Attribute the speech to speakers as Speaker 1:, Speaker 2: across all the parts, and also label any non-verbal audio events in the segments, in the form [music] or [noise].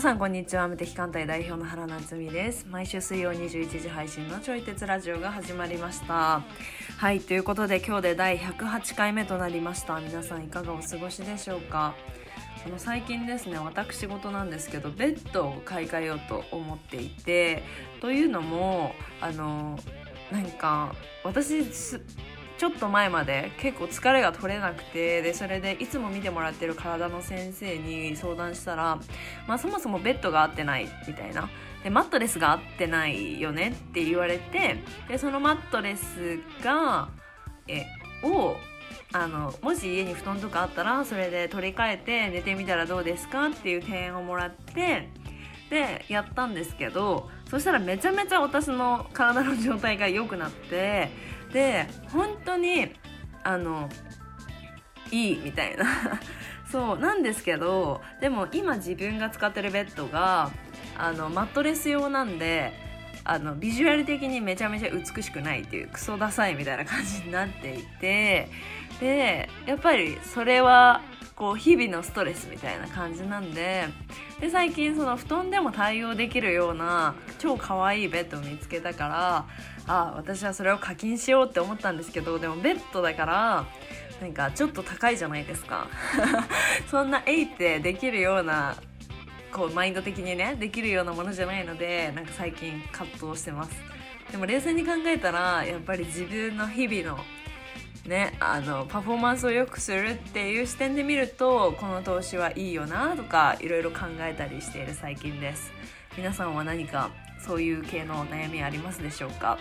Speaker 1: さんこんにちは無敵艦隊代表の原夏実です毎週水曜21時配信のちょい鉄ラジオが始まりましたはいということで今日で第108回目となりました皆さんいかがお過ごしでしょうかあの最近ですね私事なんですけどベッドを買い替えようと思っていてというのもあのなんか私すちょっと前まで結構疲れが取れなくてでそれでいつも見てもらってる体の先生に相談したら、まあ、そもそもベッドが合ってないみたいなでマットレスが合ってないよねって言われてでそのマットレスがえをあのもし家に布団とかあったらそれで取り替えて寝てみたらどうですかっていう提案をもらってでやったんですけどそしたらめちゃめちゃ私の体の状態が良くなってで本当にあのいいみたいなそうなんですけどでも今自分が使ってるベッドがあのマットレス用なんであのビジュアル的にめちゃめちゃ美しくないっていうクソダサいみたいな感じになっていてでやっぱりそれはこう日々のストレスみたいな感じなんでで最近その布団でも対応できるような超可愛いベッドを見つけたからあ私はそれを課金しようって思ったんですけどでもベッドだからなんかちょっと高いじゃないですかそんなえいってできるようなこうマインド的にねできるようなものじゃないのでなんか最近葛藤してますでも冷静に考えたらやっぱり自分の日々のね、あのパフォーマンスを良くするっていう視点で見るとこの投資はいいよなとかいろいろ考えたりしている最近です皆さんは何かそういう系の悩みありますでしょうか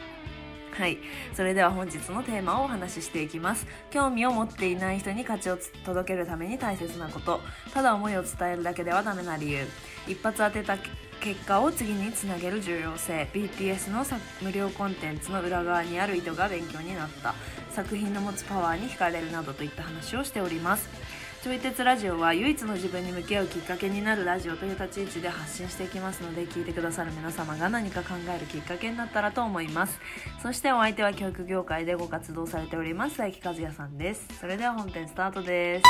Speaker 1: はいそれでは本日のテーマをお話ししていきます興味を持っていない人に価値をつ届けるために大切なことただ思いを伝えるだけではダメな理由一発当てた結果を次につなげる重要性 BTS の作無料コンテンツの裏側にある意図が勉強になった作品の持つパワーに惹かれるなどといった話をしておりますちょい鉄ラジオは唯一の自分に向き合うきっかけになるラジオという立ち位置で発信していきますので聞いてくださる皆様が何か考えるきっかけになったらと思いますそしてお相手は教育業界でご活動されております佐伯和也さんですそれでは本編スタートです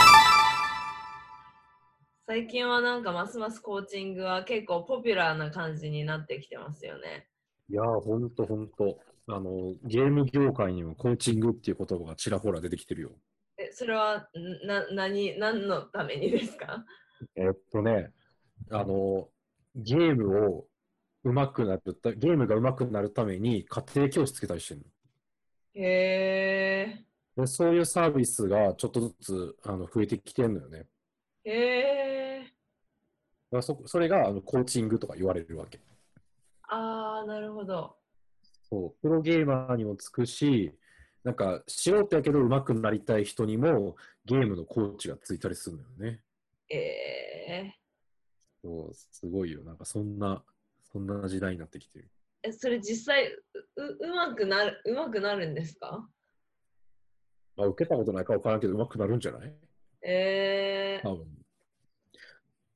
Speaker 1: 最近はなんかますますコーチングは結構ポピュラーな感じになってきてますよね。
Speaker 2: いやー、ほんとほんと。あの、ゲーム業界にもコーチングっていう言葉がちらほら出てきてるよ。
Speaker 1: えそれはんな何何のためにですか
Speaker 2: えっとね、あの、ゲームを上手くなるた、ゲームが上手くなるために家庭教師つけたりしてる
Speaker 1: へ
Speaker 2: の。で、そういうサービスがちょっとずつあの増えてきてるのよね。だか
Speaker 1: えへえ
Speaker 2: らそそれがあのコーチングとか言われるわけ。
Speaker 1: ああなるほど。
Speaker 2: そう、プロゲーマーにもつくし、なんか、しようってやけど上手くなりたい人にもゲームのコーチがついたりするのよね。
Speaker 1: ええ
Speaker 2: そう、すごいよ。なんかそんな、そんな時代になってきてる。
Speaker 1: えそれ実際うううまくなるうまくなるんですか
Speaker 2: まあ、受けたことないか分からんけど、上手くなるんじゃない
Speaker 1: ええ
Speaker 2: 多分。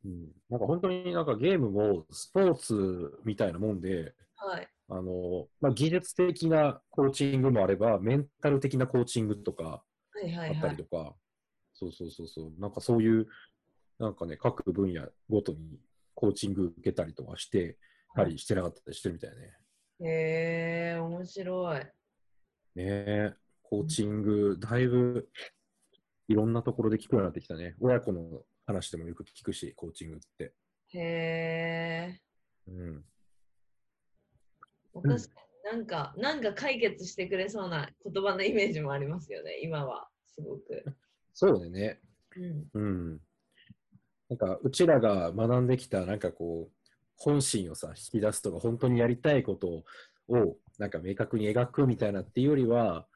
Speaker 2: うん。なんか本当になんかゲームもスポーツみたいなもんで、
Speaker 1: はい。
Speaker 2: あの、まあ、技術的なコーチングもあれば、メンタル的なコーチングとか
Speaker 1: はいは
Speaker 2: あ
Speaker 1: い
Speaker 2: った
Speaker 1: は
Speaker 2: り
Speaker 1: い。
Speaker 2: とか、そうそうそうそう、なんかそういう、なんかね、各分野ごとにコーチング受けたりとかして、たりしてなかったりしてるみたいね。
Speaker 1: へえ面白い。
Speaker 2: ねえ、コーチング、だいぶいろんなところで聞くようになってきたね。親子の話でもよく聞くし、コーチングって。
Speaker 1: へえ
Speaker 2: うん。ん
Speaker 1: 私、なんか、なんか解決してくれそうな言葉のイメージもありますよね、今は、すごく。
Speaker 2: そうだよね。
Speaker 1: うん、
Speaker 2: うん。なんか、うちらが学んできた、なんかこう、本心をさ、引き出すとか、本当にやりたいことを、なんか明確に描くみたいなっていうよりは、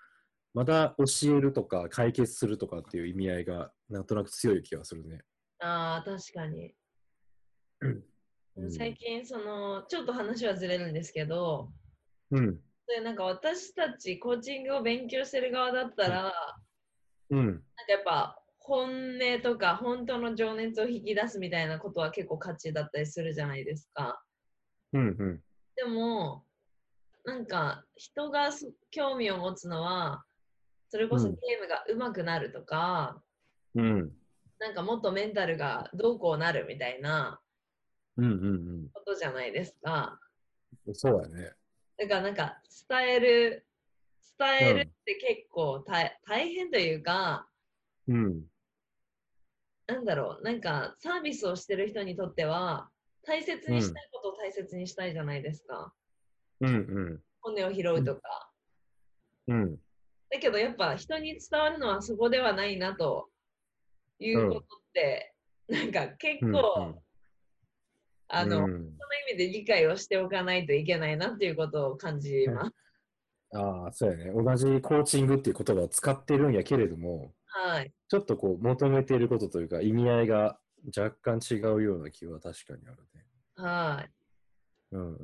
Speaker 2: まだ教えるとか解決するとかっていう意味合いがなんとなく強い気がするね。
Speaker 1: ああ、確かに。
Speaker 2: うん
Speaker 1: 最近、その、ちょっと話はずれるんですけど、
Speaker 2: うん。
Speaker 1: でなんか私たちコーチングを勉強してる側だったら、なんか
Speaker 2: うん。
Speaker 1: やっぱ本音とか本当の情熱を引き出すみたいなことは結構価値だったりするじゃないですか。
Speaker 2: うん。うん。
Speaker 1: でもなんか人がす興味を持つのはそれこそ
Speaker 2: う
Speaker 1: ゲ
Speaker 2: ん
Speaker 1: ームが上手くなるとか、
Speaker 2: うん。
Speaker 1: なんかもっとメンタルがどうこうなるみたいな
Speaker 2: うんうん
Speaker 1: ことじゃないですか。
Speaker 2: うん。そうやね。
Speaker 1: だからなんか伝える伝え
Speaker 2: うん
Speaker 1: るって結構大,、大変というか
Speaker 2: うん。
Speaker 1: なんだろうなんかサービスをしてる人にとっては大切にしたいことを大切にしたいじゃないですか。
Speaker 2: うん
Speaker 1: 骨を拾うとか。
Speaker 2: うん。うん。
Speaker 1: だけどやっぱ人に伝わるのはそこではないなということって、なんか結構、
Speaker 2: うん
Speaker 1: あの、その
Speaker 2: うん
Speaker 1: 意味で理解をしておかないといけないなっていうことを感じます。
Speaker 2: ああ、そうやね。同じコーチングっていう言葉を使ってるんやけれども、
Speaker 1: はい。
Speaker 2: ちょっとこう求めていることというか意味合いが若干違うような気は確かにあるね。
Speaker 1: はい。
Speaker 2: うんうん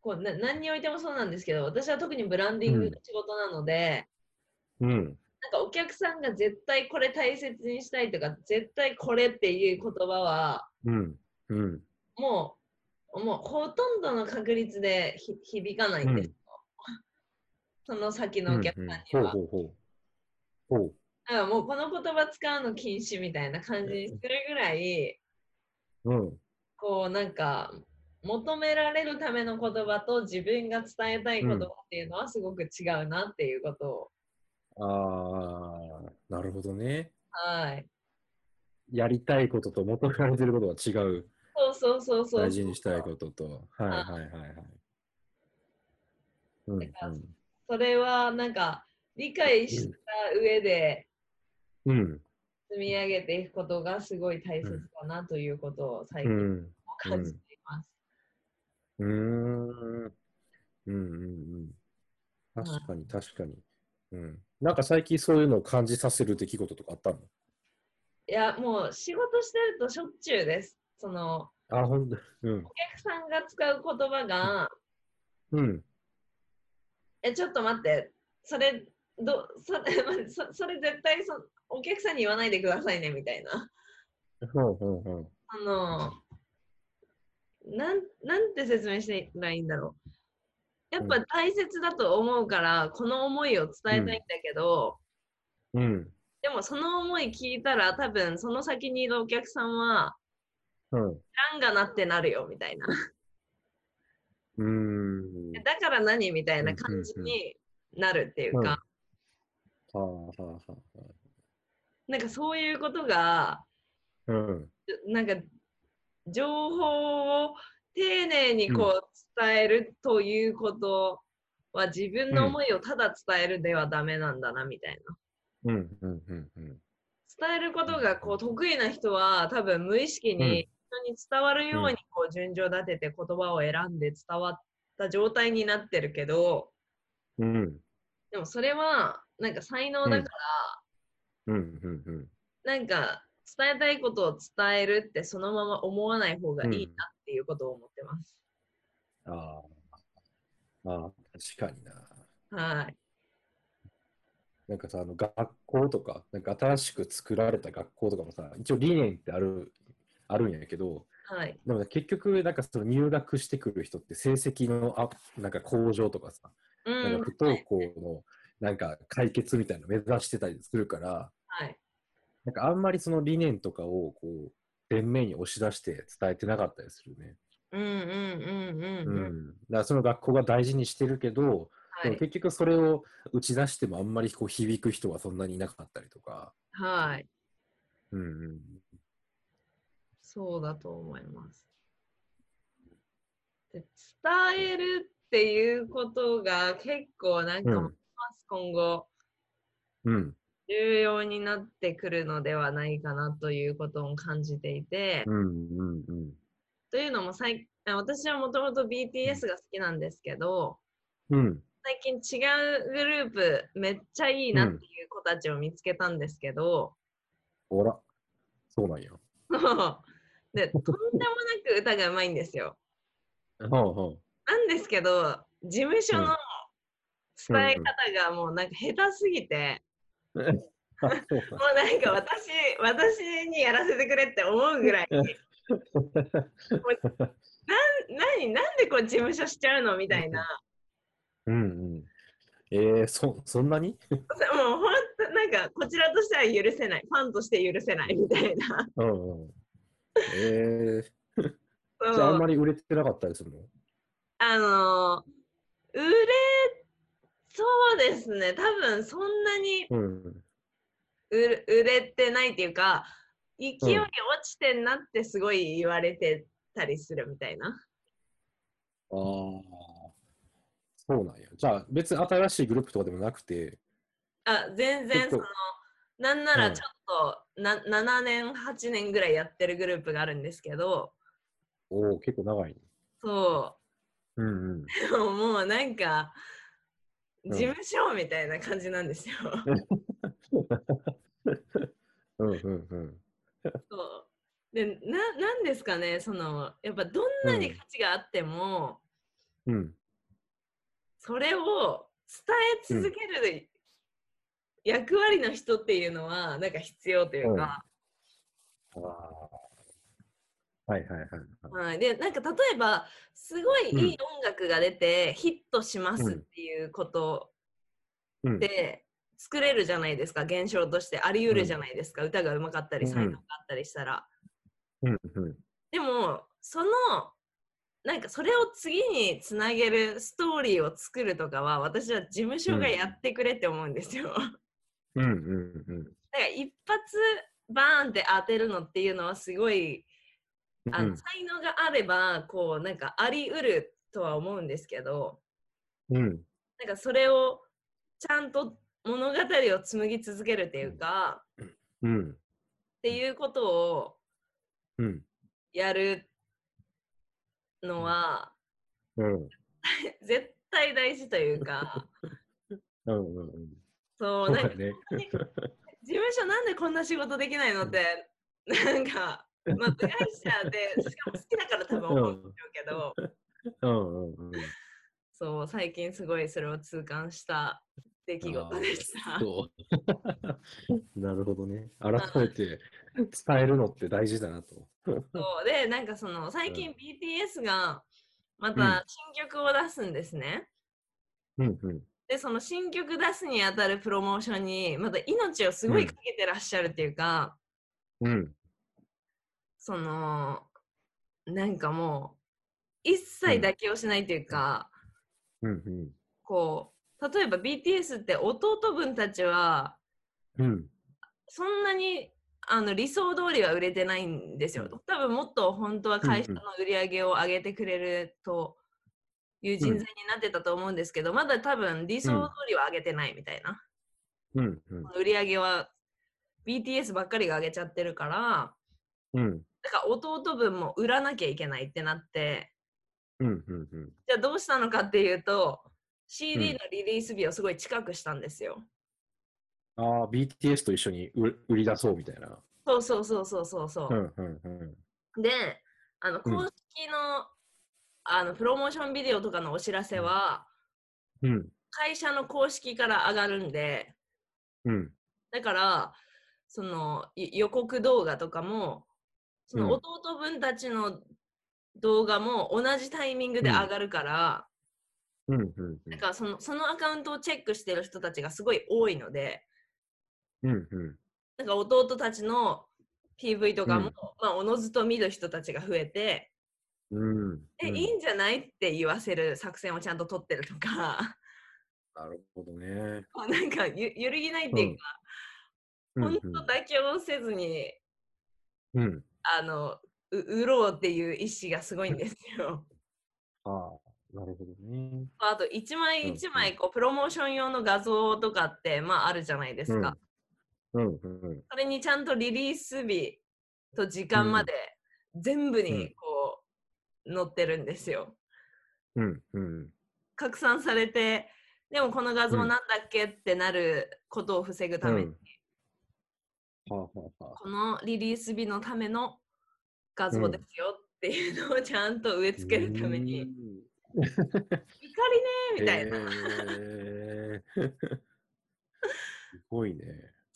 Speaker 1: こうな何においてもそうなんですけど、私は特にブランディングの仕事なので、
Speaker 2: うん。うん。
Speaker 1: なんかお客さんが絶対これ大切にしたいとか、絶対これっていう言葉は、
Speaker 2: うん。うん。
Speaker 1: もう、もうほとんどの確率でひ響かないんですよ。その先
Speaker 2: うん
Speaker 1: のお客さんには。
Speaker 2: うんほうほうほう。ほう。
Speaker 1: だからもうこの言葉使うの禁止みたいな感じにするぐらい、
Speaker 2: うん。
Speaker 1: こうなんか、求められるための言葉と自分が伝えたい言葉っていうのはすごく違うなっていうことを、
Speaker 2: ああ、なるほどね。
Speaker 1: はい。
Speaker 2: やりたいことと求められてることが違う。
Speaker 1: そうそうそうそう。
Speaker 2: 大事にしたいことと。はいはいはいはい。うん
Speaker 1: だからそれはなんか、理解した上で
Speaker 2: うん。うん。
Speaker 1: 積み上げていくことがすごい大切だなということを最
Speaker 2: う
Speaker 1: 近も
Speaker 2: ん。
Speaker 1: 感じています。
Speaker 2: うーん。うんうんうん。確かに、確かに。うん。なんか最近そういうのを感じさせる出来事とかあったの
Speaker 1: いや、もう仕事してるとしょっちゅうです。その、
Speaker 2: あ、ほんと。うん
Speaker 1: お。客さんが使う言葉が、
Speaker 2: うん。
Speaker 1: え、ちょっと待って、それ、どそ [laughs] そそれ絶対そお客さんに言わないでくださいねみたいな。
Speaker 2: ほうほうほう。
Speaker 1: あの、なんなんて説明したらいいんだろう。やっぱ大切だと思うから、この思いを伝えたいんだけど、
Speaker 2: うん。
Speaker 1: でもその思い聞いたら、多分その先にいるお客さんは、
Speaker 2: うん。う
Speaker 1: ランがなってなるよみたいな。
Speaker 2: ーん。
Speaker 1: だから何みたいな感じになるっていうか、
Speaker 2: うんはあはあはあはあ。
Speaker 1: なんかそういうことが、
Speaker 2: うん。
Speaker 1: なんか情報を丁寧にこう伝えるということは自分の思いをただ伝えるではダメなんだなみたいな。
Speaker 2: うんうんうんうん。
Speaker 1: 伝えることがこう得意な人は多分無意識
Speaker 2: うん
Speaker 1: に人に伝わるよう
Speaker 2: うん
Speaker 1: にこう順序立てて言葉を選んで伝わった状態になってるけど
Speaker 2: うん。
Speaker 1: でもそれはなんか才能だか
Speaker 2: うんうんうん。
Speaker 1: らなんか伝えたいことを伝えるってそのまま思わない方がいいなっていうことを思ってます。
Speaker 2: ああ。ああ、確かにな。
Speaker 1: はい。
Speaker 2: なんかさ、あの学校とか、なんか新しく作られた学校とかもさ、一応理念ってある、あるんやけど、
Speaker 1: はい。
Speaker 2: でもね結局、なんかその入学してくる人って成績のアップなんか向上とかさ、
Speaker 1: う
Speaker 2: なん
Speaker 1: ん
Speaker 2: か。不登校のなんか解決みたいなの目指してたりするから、
Speaker 1: はい。
Speaker 2: なんかあんまりその理念とかをこう、前面に押し出して伝えてなかったりするね。
Speaker 1: うんうんうんう
Speaker 2: う。
Speaker 1: んん
Speaker 2: だ
Speaker 1: うん。
Speaker 2: からその学校が大事にしてるけど、
Speaker 1: は
Speaker 2: でも
Speaker 1: い。
Speaker 2: 結局それを打ち出してもあんまりこう響く人はそんなにいなかったりとか。
Speaker 1: はい。
Speaker 2: うんうん。
Speaker 1: そうだと思います。で伝えるっていうことが結構なんか
Speaker 2: う
Speaker 1: ます、
Speaker 2: ん
Speaker 1: 今後
Speaker 2: うん。
Speaker 1: 重要になってくるのではないかなということを感じていて、
Speaker 2: うんうんうん。
Speaker 1: というのも最あ私はもともと BTS が好きなんですけど、
Speaker 2: うん。
Speaker 1: 最近違うグループめっちゃいいなっていう子たちを見つけたんですけど、
Speaker 2: ほら。そうなんや。
Speaker 1: そうでとんでもなく歌がうまいんですよ。
Speaker 2: はあはあ。
Speaker 1: なんですけど事務所
Speaker 2: うん
Speaker 1: の伝え方がもうなんか下手すぎて、
Speaker 2: あそうなん
Speaker 1: もうなんか私私にやらせてくれって思うぐらいもう何なんでこう事務所しちゃうのみたいな
Speaker 2: うんうん。えー、そ、そんなに
Speaker 1: もうほんとなんかこちらとしては許せないファンとして許せないみたいな
Speaker 2: うんうん。えー、
Speaker 1: そう
Speaker 2: じゃああんまり売れてなかったりするの
Speaker 1: あの売れそうですね多分そんなに
Speaker 2: うん。
Speaker 1: 売れ売れてないっていうか勢い
Speaker 2: うん
Speaker 1: 落ちてんなってすごい言われてたりするみたいな、
Speaker 2: ああ。そうなんや。じゃあ別に新しいグループとかでもなくて、
Speaker 1: あ全然
Speaker 2: 結構
Speaker 1: そのなんな
Speaker 2: う
Speaker 1: ら
Speaker 2: ん
Speaker 1: ちょっと、な7年8年ぐらいやってるグループがあるんですけど
Speaker 2: おお、結構長い、ね。
Speaker 1: そう
Speaker 2: うんうん。
Speaker 1: でももう [laughs] なんか
Speaker 2: うん
Speaker 1: 事務所みたいな感じなんですよ。
Speaker 2: うんうんうん。
Speaker 1: [laughs] そうでななんですかねそのやっぱどんなに価値があっても、
Speaker 2: うん。
Speaker 1: それを伝え続ける役割の人っていうのはなんか必要というか、
Speaker 2: ああ。はいはいはい、はい。
Speaker 1: はい、でなんか例えばすごいいい音楽が出てヒットしますっていうこと
Speaker 2: うん。
Speaker 1: で作れるじゃないですか現象としてあり得るじゃないですか、歌がうまかったり
Speaker 2: うん
Speaker 1: 才能があったりしたら。
Speaker 2: うんうん。
Speaker 1: でもそのなんかそれを次につなげるストーリーを作るとかは私は事務所がやってくれって思うんですよ。だか
Speaker 2: うんうんうん。
Speaker 1: ら一発バーンって当てるのっていうのはすごいあの、才能があればこうなんかあり得るとは思うんですけど
Speaker 2: うん。うん。
Speaker 1: なんかそれをちゃんと物語を紡ぎ続けるっていうか、
Speaker 2: うん。
Speaker 1: っていうことを
Speaker 2: うん。
Speaker 1: やるのは
Speaker 2: うん。
Speaker 1: 絶対大事というか。
Speaker 2: うん。うん。
Speaker 1: [laughs] そう、
Speaker 2: そう
Speaker 1: なん
Speaker 2: だ
Speaker 1: か、
Speaker 2: ね。
Speaker 1: 事務所なんでこんな仕事できないのって、なんか、まあ、部外者で、しかも好きだから多分思うんでしょうけど、
Speaker 2: うんうんうん。
Speaker 1: そう、最近すごいそれを痛感した出来事でした。
Speaker 2: そう。 [laughs] なるほどね。改めて伝えるのって大事だなと。
Speaker 1: [laughs] そうで、なんかその、最
Speaker 2: う
Speaker 1: 近 BTS が、ま
Speaker 2: う
Speaker 1: た新曲を出すんですね。
Speaker 2: うんうん。
Speaker 1: で、その新曲出すにあたるプロモーションに、また命をすごいかけてらっしゃるっていうか、
Speaker 2: うん。
Speaker 1: その、なんかもう、一切妥協しないというか、
Speaker 2: うんうん。
Speaker 1: こう例えば BTS って弟分たちは
Speaker 2: うん。
Speaker 1: そんなにあの理想通りは売れてないんですよ
Speaker 2: うん
Speaker 1: 多分もっと本当は会社
Speaker 2: うん
Speaker 1: の売り上げを上げてくれるという人材になってたと思うんですけど、まだ多分理想通りは上げてないみたいな、
Speaker 2: うんうん。
Speaker 1: 売り上げは BTS ばっかりが上げちゃってるから
Speaker 2: うん。
Speaker 1: だから弟分も売らなきゃいけないってなって
Speaker 2: うんうんうん。
Speaker 1: じゃあどうしたのかっていうと
Speaker 2: う
Speaker 1: CD
Speaker 2: ん
Speaker 1: のリリース日をすごい近くしたんですよ。
Speaker 2: ああ、BTS と一緒に売売り出そうみたいな。
Speaker 1: そうそうそうそうそうそう。
Speaker 2: うんうんうん。
Speaker 1: であの公
Speaker 2: うん
Speaker 1: 式の,、あのプロモーションビデオとかのお知らせは
Speaker 2: うん
Speaker 1: 会社の公式から上がるんで
Speaker 2: うん。
Speaker 1: だからそのい予告動画とかもそうの
Speaker 2: ん
Speaker 1: 弟分たちの動画も同じタイミングで上がるから、
Speaker 2: うんうん
Speaker 1: だからそのそのアカウントをチェックしてる人たちがすごい多いので
Speaker 2: うん。うんうん。
Speaker 1: なんか弟たちの PV とかも、
Speaker 2: う
Speaker 1: ま
Speaker 2: ん
Speaker 1: あ、おのずと見る人たちが増えて。
Speaker 2: うん。
Speaker 1: え、
Speaker 2: うん
Speaker 1: いいんじゃないって言わせる作戦をちゃんと取ってるとか
Speaker 2: なるほどね。
Speaker 1: もうなんかゆ揺るぎないっていうか、
Speaker 2: うん
Speaker 1: 本当妥協せずに
Speaker 2: うんうん。
Speaker 1: あのう売ろうっていう意思がすごいんですよ。
Speaker 2: ああ、なるほどね。
Speaker 1: あと一枚一
Speaker 2: う
Speaker 1: 枚こうプロモーション用の画像とかってまああるじゃないですか。
Speaker 2: うんうん
Speaker 1: それにちゃんとリリース日と時間まで全部
Speaker 2: うん
Speaker 1: にこう載ってるんですよ。
Speaker 2: うんうん
Speaker 1: 拡散されてでもこの画像
Speaker 2: う
Speaker 1: なんんだっけってなることを防ぐために。
Speaker 2: うん。はあはあはあ。
Speaker 1: このリリース日のための画像ですよっていうのをちゃんと植え付けるために、
Speaker 2: う
Speaker 1: 怒
Speaker 2: ん
Speaker 1: りねーみたいな、
Speaker 2: へー [laughs] すごいね。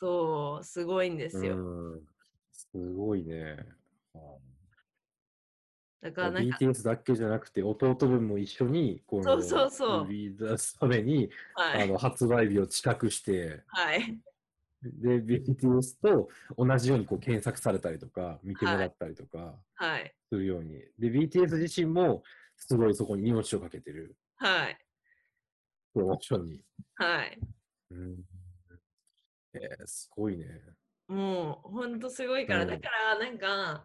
Speaker 1: そうすごいんですよ、
Speaker 2: うん。すごいね。
Speaker 1: だからなんか
Speaker 2: BTS だけじゃなくて、弟分も一緒に、この、
Speaker 1: そうそうそう
Speaker 2: 売り出すために、
Speaker 1: は
Speaker 2: あ
Speaker 1: い
Speaker 2: の、発売日を近くして、
Speaker 1: はい
Speaker 2: で、BTS と同じようにこう検索されたりとか、見てもらったりとか
Speaker 1: はい。
Speaker 2: するように。で、BTS 自身も、すごいそこに命をかけてる、
Speaker 1: はい。
Speaker 2: プロモーションに。
Speaker 1: はい。
Speaker 2: うん、えー、すごいね。
Speaker 1: もう、ほんとすごいから。
Speaker 2: うん
Speaker 1: だから、なんか、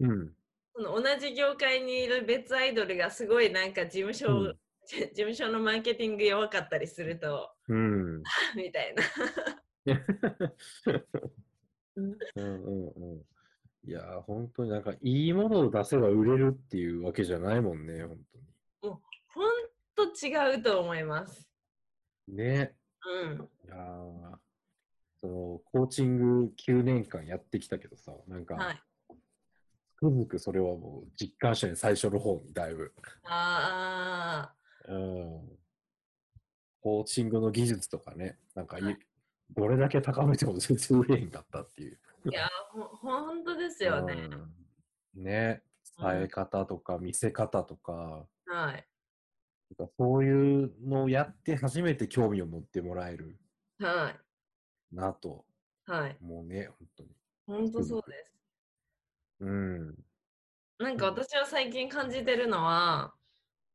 Speaker 2: うん。
Speaker 1: その同じ業界にいる別アイドルがすごいなんか事務所、
Speaker 2: うん
Speaker 1: [laughs] 事務所のマーケティング弱かったりすると、 [laughs]
Speaker 2: うん。
Speaker 1: みたいな。
Speaker 2: うんうんうん。いやー、本当になんか、いいものを出せば売れるっていうわけじゃないもんね、本
Speaker 1: ほ
Speaker 2: 当
Speaker 1: んと違うと思います。
Speaker 2: に。ね。
Speaker 1: うん。
Speaker 2: いやーその、コーチング9年間やってきたけどさ、なんか、
Speaker 1: はい。
Speaker 2: つくづくそれはもう実感したね、最初の方にだいぶ。
Speaker 1: ああ、
Speaker 2: うん。コーチングの技術とかね、なんかい、
Speaker 1: はい
Speaker 2: どれだけ高めても全然売れへんかったっていう。
Speaker 1: ほほんとですよね。
Speaker 2: うんね。伝え方とか見せ方とか、
Speaker 1: はい。
Speaker 2: なんかそういうのをやって初めて興味を持ってもらえる
Speaker 1: は
Speaker 2: なと、
Speaker 1: い。はい。
Speaker 2: もうね、本当に。
Speaker 1: ほんとそうです。 [laughs]
Speaker 2: うん。
Speaker 1: なんか私は最近感じてるのは、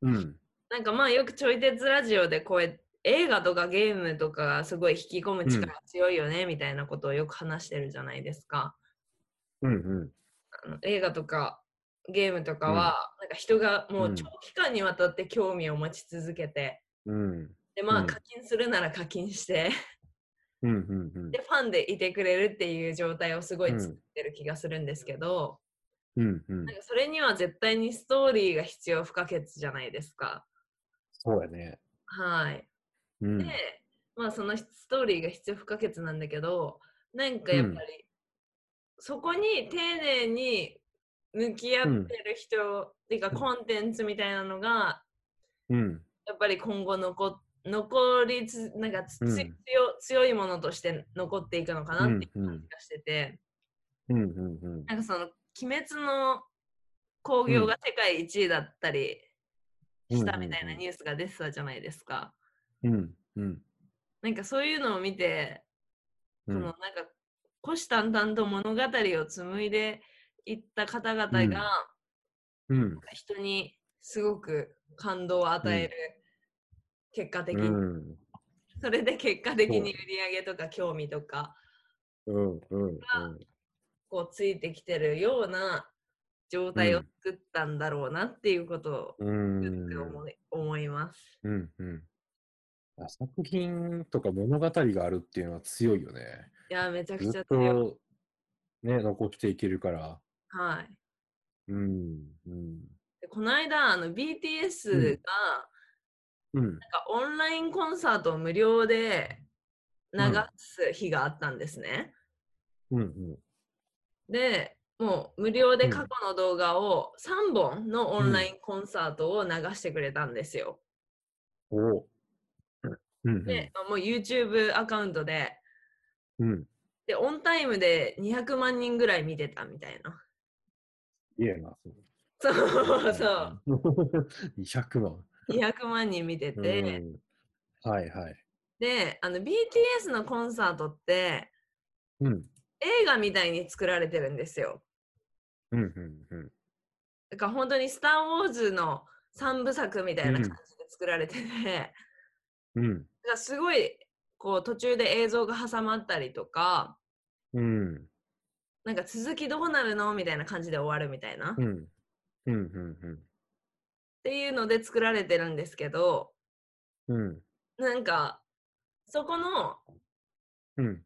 Speaker 2: うん。
Speaker 1: なんかまあよくちょい鉄ラジオでこうや映画とかゲームとかがすごい引き込む力強いよねみたいなことをよく話してるじゃないですか。
Speaker 2: うんうん。
Speaker 1: あの映画とかゲームとかは、なんか人がもう長期間にわたって興味を持ち続けて、
Speaker 2: うん。
Speaker 1: でま
Speaker 2: う
Speaker 1: あ
Speaker 2: ん
Speaker 1: 課金するなら課金して、
Speaker 2: うんうんうん
Speaker 1: でファンでいてくれるっていう状態をすごい作ってる気がするんですけど、
Speaker 2: うんうん
Speaker 1: なん。かそれには絶対にストーリーが必要不可欠じゃないですか。
Speaker 2: そうやね。
Speaker 1: はい。
Speaker 2: うん。
Speaker 1: で、まあそのストーリーが必要不可欠なんだけどなんかやっぱり、
Speaker 2: うん
Speaker 1: そこに丁寧に向き合ってる人、っていうかコンテンツみたいなのが
Speaker 2: うん。
Speaker 1: やっぱり今後残残りつなんかつ、
Speaker 2: うん
Speaker 1: 強強いものとして残っていくのかなっていう
Speaker 2: うんうん
Speaker 1: 感じがしてて、
Speaker 2: うんうんうん。
Speaker 1: なんかその「鬼滅」の興行が世界一位だったりしたみたいなニュースが出てたじゃないですか。
Speaker 2: うんうん。
Speaker 1: なんかそういうのを見て
Speaker 2: う
Speaker 1: そ
Speaker 2: ん
Speaker 1: のなんか虎視眈々と物語を紡いでいった方々が、
Speaker 2: うん
Speaker 1: なんか
Speaker 2: うん。
Speaker 1: 人にすごく感動を与える、結果的
Speaker 2: う
Speaker 1: に、
Speaker 2: ん。
Speaker 1: それで結果的に売
Speaker 2: そう
Speaker 1: り上げとか興味とか
Speaker 2: うんうん
Speaker 1: こうついてきてるような状態を
Speaker 2: うん
Speaker 1: 作ったんだろうなっていうことを
Speaker 2: うん。
Speaker 1: つくづく思い,、思います。
Speaker 2: うんうん。あ作品とか物語があるっていうのは強いよね。
Speaker 1: いやめちゃくち
Speaker 2: ず
Speaker 1: ゃ
Speaker 2: っ
Speaker 1: 強い。
Speaker 2: と、ね、残していけるから。
Speaker 1: はい
Speaker 2: うん。うん。
Speaker 1: でこの間あの BTS が、
Speaker 2: うんうん。
Speaker 1: なんかオンラインコンサートを無料で流す日があったんですね。
Speaker 2: うんうん。
Speaker 1: でもう無料で
Speaker 2: うん
Speaker 1: 過去の動画を3本のオンラインコンサートを流してくれたんですよ。
Speaker 2: おうんうん。
Speaker 1: でもう YouTube アカウントで
Speaker 2: うん。
Speaker 1: でオンタイムで200万人ぐらい見てたみたいな。 [laughs]
Speaker 2: いやな。そ
Speaker 1: そうそう
Speaker 2: う。200万。
Speaker 1: 200万人見て
Speaker 2: う
Speaker 1: て、
Speaker 2: ん。はいはい。
Speaker 1: であの BTS のコンサートって
Speaker 2: うん。
Speaker 1: 映画みたいに作られてるんですよ。
Speaker 2: うんうんうん。
Speaker 1: だから本当に「スター・ウォーズ」の3部作みたいな感じで作られてて、
Speaker 2: う
Speaker 1: だ
Speaker 2: ん。
Speaker 1: からすごいこう途中で映像が挟まったりとか
Speaker 2: うん。
Speaker 1: なんか続きどうなるのみたいな感じで終わるみたいな、
Speaker 2: う
Speaker 1: っ
Speaker 2: ん。うんうん
Speaker 1: ていうので作られてるんですけど
Speaker 2: うん。うん。
Speaker 1: なんかそこの
Speaker 2: うん。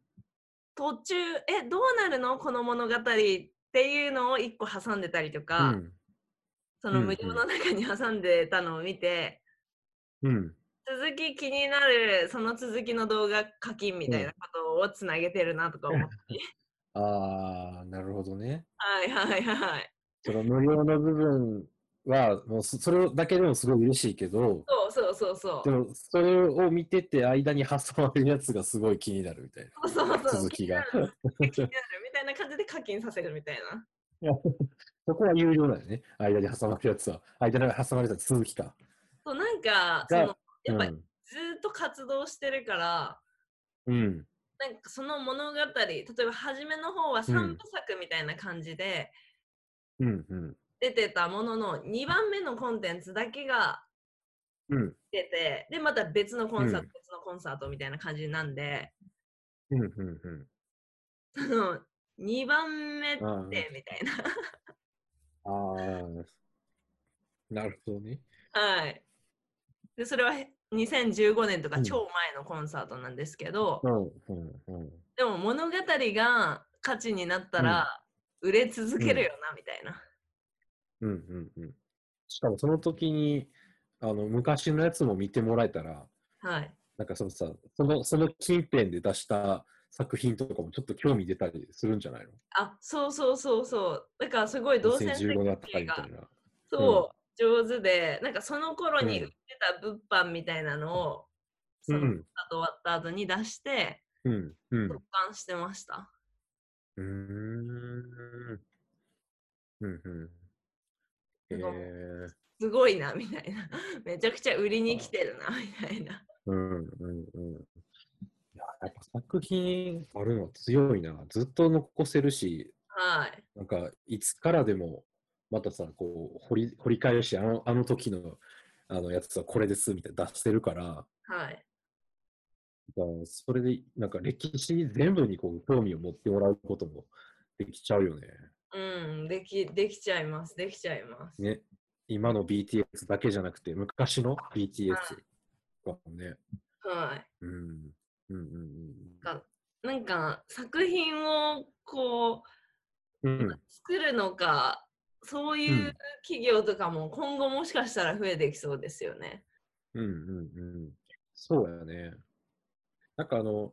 Speaker 1: 途中「えどうなるのこの物語」っていうのを1個挟んでたりとか、その
Speaker 2: うんうん
Speaker 1: 無料の中に挟んでたのを見て、
Speaker 2: うん。
Speaker 1: 続き気になるその続きの動画課金みたいなことをつなげてるなとか思って、
Speaker 2: ああ、なるほどね。
Speaker 1: はいはいはい
Speaker 2: その無料の部分は、もうそそれだけでもすごい嬉しいけど、
Speaker 1: そうそうそうそう
Speaker 2: でもそれを見てて間に挟まるやつがすごい気になるみたい
Speaker 1: そうそう
Speaker 2: な、
Speaker 1: そう
Speaker 2: 続きが。
Speaker 1: 気になる気になるみたいな感じで課金させるみたいな。
Speaker 2: そこは有料だよね。間に挟まるやつは。間に挟まれた続きか。
Speaker 1: そうなんかそ
Speaker 2: が
Speaker 1: のやっぱり
Speaker 2: うん
Speaker 1: ずっと活動してるから
Speaker 2: うん。
Speaker 1: なんかその物語例えば初めの方は3部作みたいな感じで
Speaker 2: うんうん
Speaker 1: 出てたものの2番目のコンテンツだけが
Speaker 2: うん
Speaker 1: 出てでまた別のコンサート、
Speaker 2: うん
Speaker 1: 別のコンサートみたいな感じなんで
Speaker 2: うんうんうん
Speaker 1: その2番目って
Speaker 2: あー
Speaker 1: みたいな
Speaker 2: あーなるほどね。
Speaker 1: [laughs] はいでそれは2015年とか超前のコンサートなんですけど、
Speaker 2: うんうんうん。
Speaker 1: でも物語が価値になったら売れ続けるよな、みたいな
Speaker 2: うんうんうん。しかもその時に、あの、昔のやつも見てもらえたら、
Speaker 1: はい
Speaker 2: なんかそのさ、その、その近辺で出した作品とかもちょっと興味出たりするんじゃないの
Speaker 1: あそうそうそうそうだからすごい動線設
Speaker 2: ?2015 だったり
Speaker 1: 計
Speaker 2: みた
Speaker 1: が
Speaker 2: いな。
Speaker 1: そう、上手でなんかその頃に
Speaker 2: う
Speaker 1: 売
Speaker 2: ん
Speaker 1: ってた物販みたいなのを、そ
Speaker 2: う
Speaker 1: のコンサー
Speaker 2: ん。
Speaker 1: ト終わった後に出して
Speaker 2: うん。うん。
Speaker 1: 保管してました
Speaker 2: うーん。うんうん。え
Speaker 1: すごい
Speaker 2: ー、
Speaker 1: すごいなみたいな [laughs] めちゃくちゃ売りに来てるなみたいな
Speaker 2: うんうんうん。いや、やっぱ作品あるのは強いな。ずっと残せるし、
Speaker 1: はい
Speaker 2: なんか、いつからでも、またさ、こう、掘り掘り返し、あの、あの時の、あのやつはこれです、みたいな出してるから、
Speaker 1: はい
Speaker 2: だからそれで、なんか歴史全部にこう、興味を持ってもらうこともできちゃうよね。
Speaker 1: うんできできちゃいますできちゃいます、
Speaker 2: ね。今の BTS だけじゃなくて、昔の BTS とかもね。
Speaker 1: はい
Speaker 2: うん。うんうん
Speaker 1: なんか作品をこ
Speaker 2: うん。うん
Speaker 1: う。作るのかそういううん企業とかも今後もしかしたら増えてきそうですよね。
Speaker 2: うんうんうん。そうやね。なんかあの、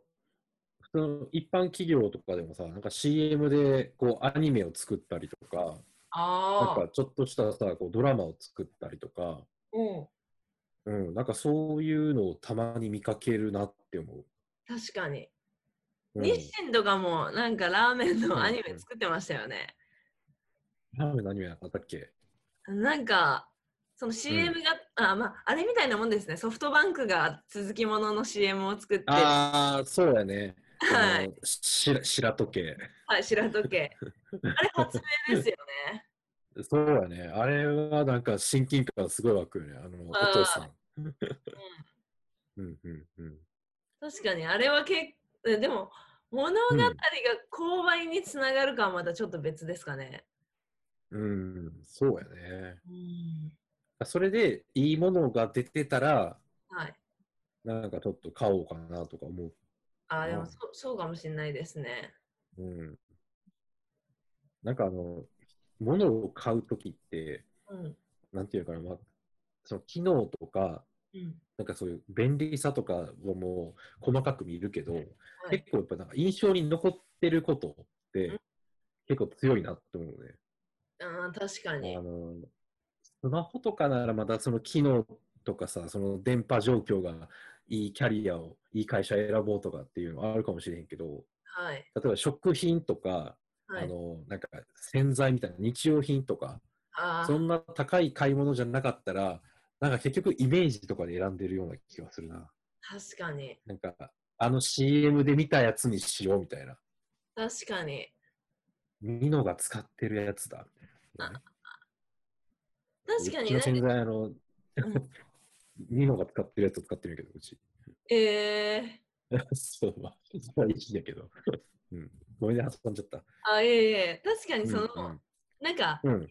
Speaker 2: 普通の一般企業とかでもさ、なんか CM でこうアニメを作ったりとか、なん
Speaker 1: ああ
Speaker 2: か、ちょっとしたさ、こうドラマを作ったりとか、
Speaker 1: うん、
Speaker 2: うん、なんかそういうのをたまに見かけるなって思
Speaker 1: 確かに。
Speaker 2: う。うん、
Speaker 1: 日清とかもなんかラーメン
Speaker 2: うん
Speaker 1: のアニメ作ってましたよね。
Speaker 2: ラーメンのアニメだったっけ
Speaker 1: なんかその CM が、あまああれみたいなもんですねソフトバンクが続きものの CM を作っては
Speaker 2: ああ、そうやね。
Speaker 1: はい
Speaker 2: あの。し白時計。
Speaker 1: い白時計あれ発明ですよね。
Speaker 2: そうやね。あれはなんか親近感すごい湧くよね。あの、お
Speaker 1: あー
Speaker 2: 父さん。 [laughs] うんうんうん。
Speaker 1: 確かにあれは結えでも物語が購買につながるかはまたちょっと別ですかね。
Speaker 2: うん、そうやね。
Speaker 1: うん、
Speaker 2: それでいいものが出てたら、
Speaker 1: はい。
Speaker 2: なんかちょっと買おうかなとか思う。
Speaker 1: あで
Speaker 2: う
Speaker 1: も
Speaker 2: ん
Speaker 1: そそうかもしれないですね。
Speaker 2: うん。なんかあの、物を買うときって、
Speaker 1: うん。
Speaker 2: なんていうのかな、まあ、その機能とか、
Speaker 1: うん、
Speaker 2: なんかそういう便利さとかはもう細かく見るけど、
Speaker 1: い
Speaker 2: 結構やっぱなんか印象に残ってることって結構強いなって思うね。
Speaker 1: あー確かに
Speaker 2: あ。のスマホとかならまだその機能とかさその電波状況がいいキャリアをいい会社選ぼうとかっていうのはあるかもしれへんけど
Speaker 1: はい。
Speaker 2: 例えば食品とか、
Speaker 1: は
Speaker 2: あ
Speaker 1: い。
Speaker 2: のなんか洗剤みたいな日用品とか
Speaker 1: あ
Speaker 2: そ
Speaker 1: ー
Speaker 2: んな高い買い物じゃなかったらなんか結局イメージとかで選んでるような気がするな
Speaker 1: 確かに。
Speaker 2: なんかあの CM で見たやつにしようみたいな
Speaker 1: 確かに。
Speaker 2: ミノが使ってるやつだみたいなね
Speaker 1: 確か
Speaker 2: う
Speaker 1: に
Speaker 2: ちの
Speaker 1: ね。
Speaker 2: 洗剤あの
Speaker 1: ん
Speaker 2: [laughs] ミノが使ってるやつを使ってるけどうち [laughs]
Speaker 1: えー、
Speaker 2: そう、まあ、それはいいんだけど。うん。ごめんね、挟んじゃった。
Speaker 1: あ、いえいえ、確かにその、なんか、
Speaker 2: うん。
Speaker 1: 衛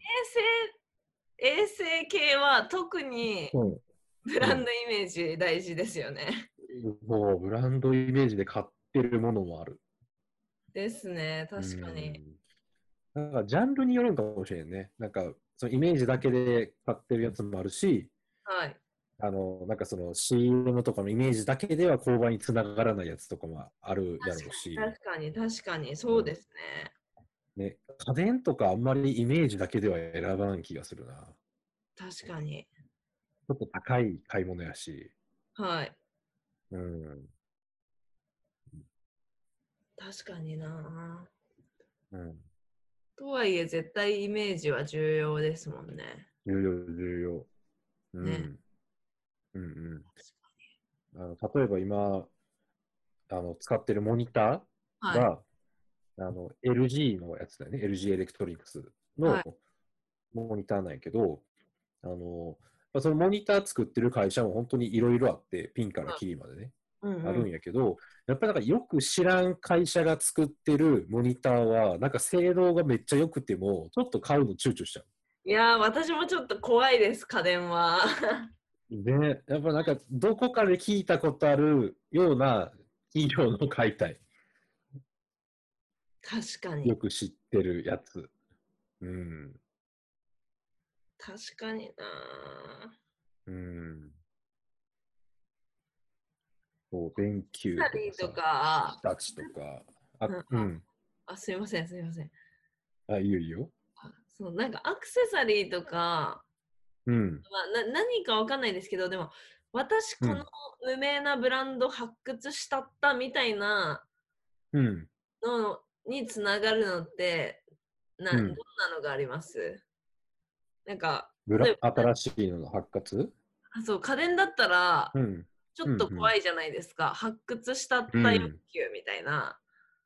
Speaker 1: 生、衛生系は特に
Speaker 2: うん。
Speaker 1: ブランドイメージ大事ですよね。
Speaker 2: うん、もう、ブランドイメージで買ってるものもある。
Speaker 1: ですね、確かに。
Speaker 2: うん。なんか、ジャンルによるんかもしれんね。なんか、そのイメージだけで買ってるやつもあるし、
Speaker 1: はい。
Speaker 2: あの、なんかその CM とかのイメージだけでは購買につながらないやつとかもあるやろうし、
Speaker 1: 確かに、確かに、そうですね。
Speaker 2: ね、家電とかあんまりイメージだけでは選ばん気がするな。
Speaker 1: 確かに。
Speaker 2: ちょっと高い買い物やし。
Speaker 1: はい。
Speaker 2: うん。
Speaker 1: 確かにな
Speaker 2: うん。
Speaker 1: とはいえ、絶対イメージは重要ですもんね。
Speaker 2: 重要、重要。うん。
Speaker 1: ね
Speaker 2: うんうん。あの例えば今、あの使ってるモニター
Speaker 3: はい。
Speaker 2: が、あの LG のやつだよね、LG エレクトリックス
Speaker 3: は
Speaker 2: の
Speaker 3: い
Speaker 2: モニターなんやけど、あのまあ、そのモニター作ってる会社も本当にいろいろあって、ピンからキリまでね、
Speaker 3: うんうん
Speaker 2: あるんやけど、やっぱりなんかよく知らん会社が作ってるモニターは、なんか性能がめっちゃ良くても、ちょっと買うの躊躇しちゃう。
Speaker 1: いやー、私もちょっと怖いです、家電は。 [laughs]
Speaker 2: ね、やっぱなんかどこかで聞いたことあるような企業の解体、
Speaker 1: 確か
Speaker 2: よ
Speaker 1: に。
Speaker 2: く知ってるやつ。うん。
Speaker 1: 確かにな
Speaker 2: うん。そう、電球
Speaker 1: ー。サリーと
Speaker 2: とか
Speaker 1: か
Speaker 2: さ、、日立とか、あ、
Speaker 1: う
Speaker 2: うん。
Speaker 1: あ、すいません、すいません。
Speaker 2: あ、いいよいいよ。
Speaker 1: あそうなんかアクセサリーとか、
Speaker 2: うん。
Speaker 1: まあ、な何かわかんないですけどでも私こ
Speaker 2: うん
Speaker 1: の無名なブランド発掘したったみたいな
Speaker 2: うん。
Speaker 1: のにつながるのってな、
Speaker 2: うん
Speaker 1: どんなのがありますなんか
Speaker 2: ブ
Speaker 1: 例え
Speaker 2: ラ
Speaker 1: ば
Speaker 2: 新しいのの発掘
Speaker 1: あそう家電だったら
Speaker 2: うん。
Speaker 1: ちょっと怖いじゃないですか、発掘したった欲求みたいな、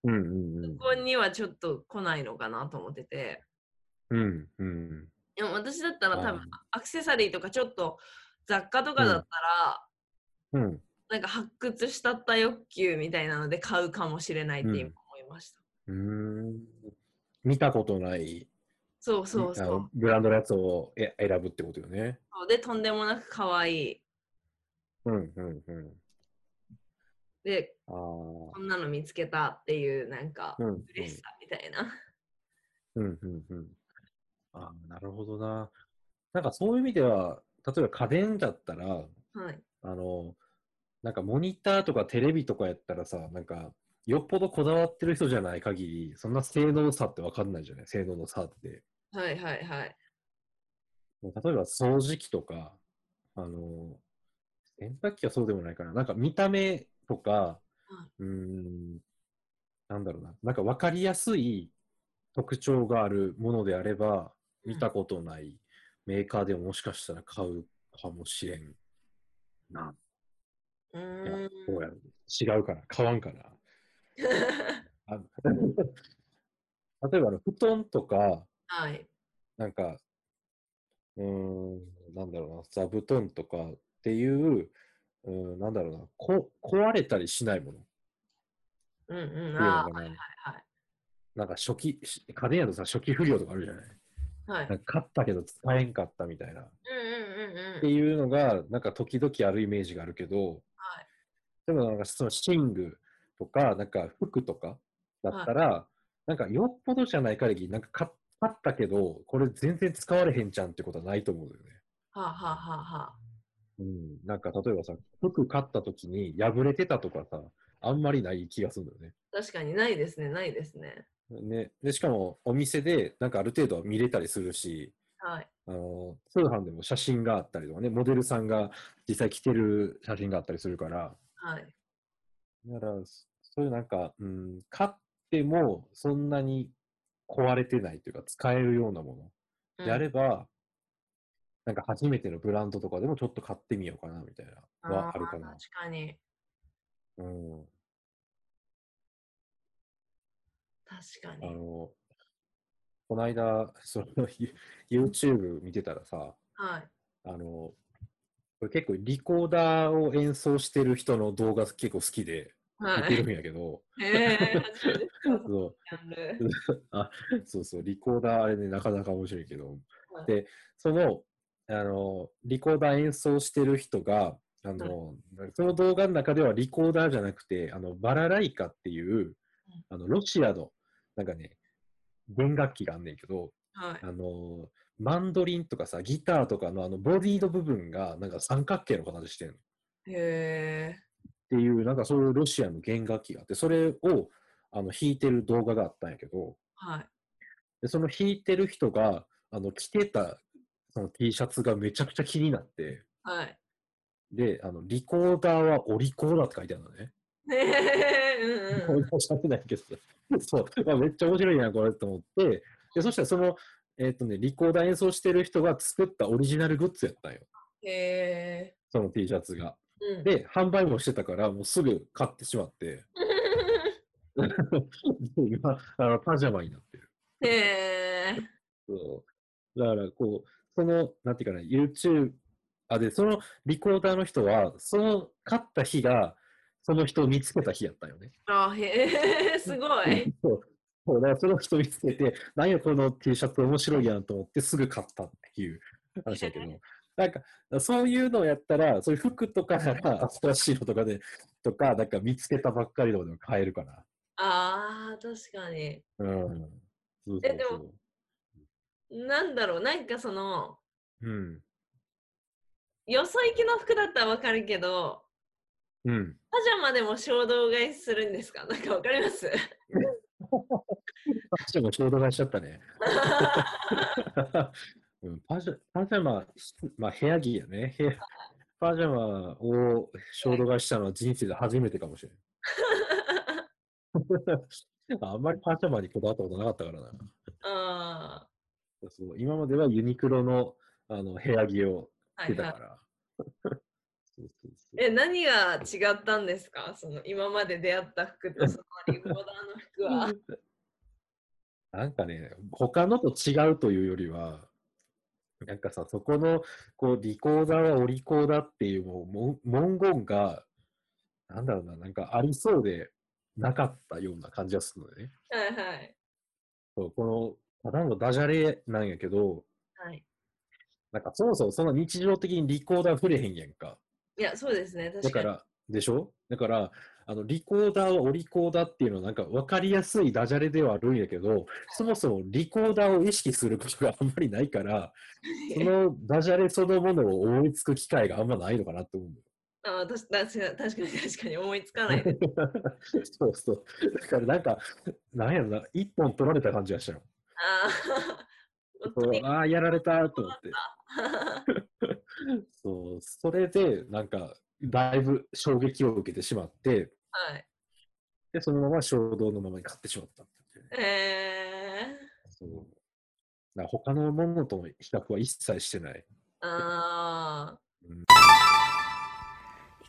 Speaker 2: うんうんうん
Speaker 1: そ。こにはちょっと来ないのかなと思ってて
Speaker 2: うんうん。
Speaker 1: でも私だったら多分
Speaker 2: あ
Speaker 1: アクセサリーとかちょっと雑貨とかだったら、
Speaker 2: うん。
Speaker 1: なんか発掘したった欲求みたいなので買うかもしれないって
Speaker 2: うん
Speaker 1: 今思いました。
Speaker 2: うーん。見たことない
Speaker 1: そうそうそ
Speaker 2: あの
Speaker 1: う。
Speaker 2: ブランドのやつをえ選ぶってことよね。
Speaker 1: そうで、とんでもなく可愛い。
Speaker 2: うんうんうん。
Speaker 1: で、
Speaker 2: ああ
Speaker 1: こんなの見つけたっていう、なんか、
Speaker 2: うんうん
Speaker 1: 嬉しさみたいな。 [laughs]
Speaker 2: うんうんうん。ああ、なるほどな。なんかそういう意味では、例えば家電だったら、
Speaker 1: はい。
Speaker 2: あの、なんかモニターとかテレビとかやったらさ、なんか、よっぽどこだわってる人じゃない限り、そんな性能差ってわかんないじゃない性能の差って。
Speaker 1: はいはいはい。
Speaker 2: 例えば掃除機とか、あの、洗濯機はそうでもないかな。なんか見た目とか、うーん、なんだろうな。なんかわかりやすい特徴があるものであれば、見たことないメーカーでももしかしたら買うかもしれんな。
Speaker 1: う
Speaker 2: いや
Speaker 1: ーん。
Speaker 2: どうやろ違うかな買わんかなあの例えばあの布団とか、
Speaker 1: [laughs] はい。
Speaker 2: なんか、うーん、なんだろうな、座布団とかっていう、うーん、なんだろうな、こ壊れたりしないものっ
Speaker 1: うんうん。
Speaker 2: ていうの
Speaker 1: あ
Speaker 2: か
Speaker 1: ー
Speaker 2: な。
Speaker 1: はい
Speaker 2: なんか初期、し家電やとさ、初期不良とかあるじゃない。
Speaker 1: はい。は。
Speaker 2: ないんか買ったけど使えんかったみたいな。っ
Speaker 1: うんうんうん
Speaker 2: て
Speaker 1: うん。
Speaker 2: いうのが、なんか時々あるイメージがあるけど、
Speaker 1: はい
Speaker 2: でもなんかその寝具とか、なんか服とかだったら、なんかよっぽどじゃない限り、なんか買買ったけど、これ全然使われへんじゃんってことはないと思うのよね。
Speaker 1: はあ、はあはあはあ、
Speaker 2: うん、なんか例えばさ、服買った時に破れてたとかさ、あんまりない気がするんだよね。
Speaker 1: 確かにないですね、ないですね。
Speaker 2: ねでしかもお店でなんかある程度は見れたりするし、
Speaker 1: はい。
Speaker 2: あの通販でも写真があったりとかね、モデルさんが実際着てる写真があったりするから、
Speaker 1: はい。
Speaker 2: だからそういうなんか、うん、買ってもそんなに壊れてないというか、使えるようなも
Speaker 1: うん
Speaker 2: のであれば、なんか初めてのブランドとかでもちょっと買ってみようかなみたいなのはあるか
Speaker 1: ー
Speaker 2: な
Speaker 1: 確。かに。
Speaker 2: うん
Speaker 1: 確か
Speaker 2: あ
Speaker 1: に。
Speaker 2: の、この間、その、You- YouTube 見てたらさ、
Speaker 1: はい。
Speaker 2: あの、これ結構リコーダーを演奏してる人の動画結構好きで見
Speaker 1: は
Speaker 2: て
Speaker 1: い。
Speaker 2: るんやけど、
Speaker 1: えー、初めて聞いた
Speaker 2: そ
Speaker 1: ジャンル。
Speaker 2: うそうそう、リコーダーあれね、なかなか面白いけど
Speaker 1: はい、
Speaker 2: で、その、あの、リコーダー演奏してる人が、あの、その動画の中ではリコーダーじゃなくて、あの、バラライカっていう、あの、ロシアの、なんかね、弦楽器があんねんけど、
Speaker 1: はい。
Speaker 2: あのマンドリンとかさ、ギターとかのあのボディの部分がなんか三角形の形してるっ
Speaker 1: へえ。
Speaker 2: ていう、なんかそういうロシアの弦楽器があって、それをあの弾いてる動画があったんやけど、
Speaker 1: はい。
Speaker 2: でその弾いてる人があの着てたその T シャツがめちゃくちゃ気になって、
Speaker 1: はい。
Speaker 2: で、あのリコーダーはオリコーダーって書いてあるのね。
Speaker 1: ねえ。
Speaker 2: こ
Speaker 1: うんう
Speaker 2: れも
Speaker 1: ん。
Speaker 2: 喋ってないけど、そう、まあ、めっちゃ面白いな、これと思って、でそしたらその、えっ、とね、リコーダー演奏してる人が作ったオリジナルグッズやったんよ、
Speaker 1: へえ。
Speaker 2: その T シャツが。
Speaker 1: うん、
Speaker 2: で、販売もしてたから、もうすぐ買ってしまって、 [laughs] 今、あのパジャマになってる。
Speaker 1: [laughs] へえ。
Speaker 2: そうだから、こう、その、なんていうかな、YouTube、あ、で、そのリコーダーの人は、その、買った日が、その人を見つけた日やったよね。
Speaker 1: あ、へえ、 [laughs] すごい。
Speaker 2: そう。そうだからその人見つけて、 [laughs] 何やこの T シャツ面白いやんと思ってすぐ買ったっていう [laughs] 話だけど、なんか、そういうのをやったら、そういう服とかなら、新しいのとかで、とか、なんか見つけたばっかりのでも買えるかな。
Speaker 1: ああ、確かに。
Speaker 2: うん。そうそうそう
Speaker 1: えでも、なんだろう、なんかその、
Speaker 2: うん。
Speaker 1: よそ行きの服だったらわかるけど、
Speaker 2: うん。
Speaker 1: パジャマでも衝動買いするんですかなんかわかります [laughs]
Speaker 2: パジャマ衝動買いしちゃったね。うん、パジャパジャマ、まあ部屋着やね。部屋パジャマを衝動買いしたのは人生で初めてかもしれない。あんまりパジャマにこだわったことなかったからな。
Speaker 1: あ
Speaker 2: そう今まではユニクロのあの部屋着を
Speaker 1: あ、は
Speaker 2: 着て
Speaker 1: い
Speaker 2: た
Speaker 1: はい
Speaker 2: か。ら。 [laughs] そうそうそう
Speaker 1: え、何が違ったんですかその今まで出会った服とそのリコーダーの服は。
Speaker 2: なんかね、他のと違うというよりは、なんかさ、そこの、こう、リコーダーはオリコーダーっていう、もうもん、文言が、なんだろうな、なんかありそうでなかったような感じがするのね。
Speaker 1: はいはい。
Speaker 2: そうこの、ただのダジャレなんやけど、
Speaker 1: はい、
Speaker 2: なんかそもそもそんな日常的にリコーダー触れへんやんか。
Speaker 1: いや、そうですね。
Speaker 2: だ
Speaker 1: 確
Speaker 2: か
Speaker 1: かに。
Speaker 2: ら、でしょだから、あの、リコーダーはオリコーダーっていうのはなんか分かりやすいダジャレではあるんやけど、そもそもリコーダーを意識することがあんまりないから、そのダジャレそのものを思いつく機会があんまないのかなって思う。
Speaker 1: ああ確確かに確かに確かに思いつかないです。
Speaker 2: [laughs] そうそう。だからなんか、なんやろな、一本取られた感じがしたの。
Speaker 1: ああ、本当に。
Speaker 2: ああ、やられたと思って。そう、それで、なんか、だいぶ衝撃を受けてしまって、
Speaker 1: [laughs] はい。
Speaker 2: で、そのまま衝動のままに買ってしまったっていうね。
Speaker 1: えー、
Speaker 2: そう。だから他のものとの比較は一切してない。
Speaker 1: あ
Speaker 3: い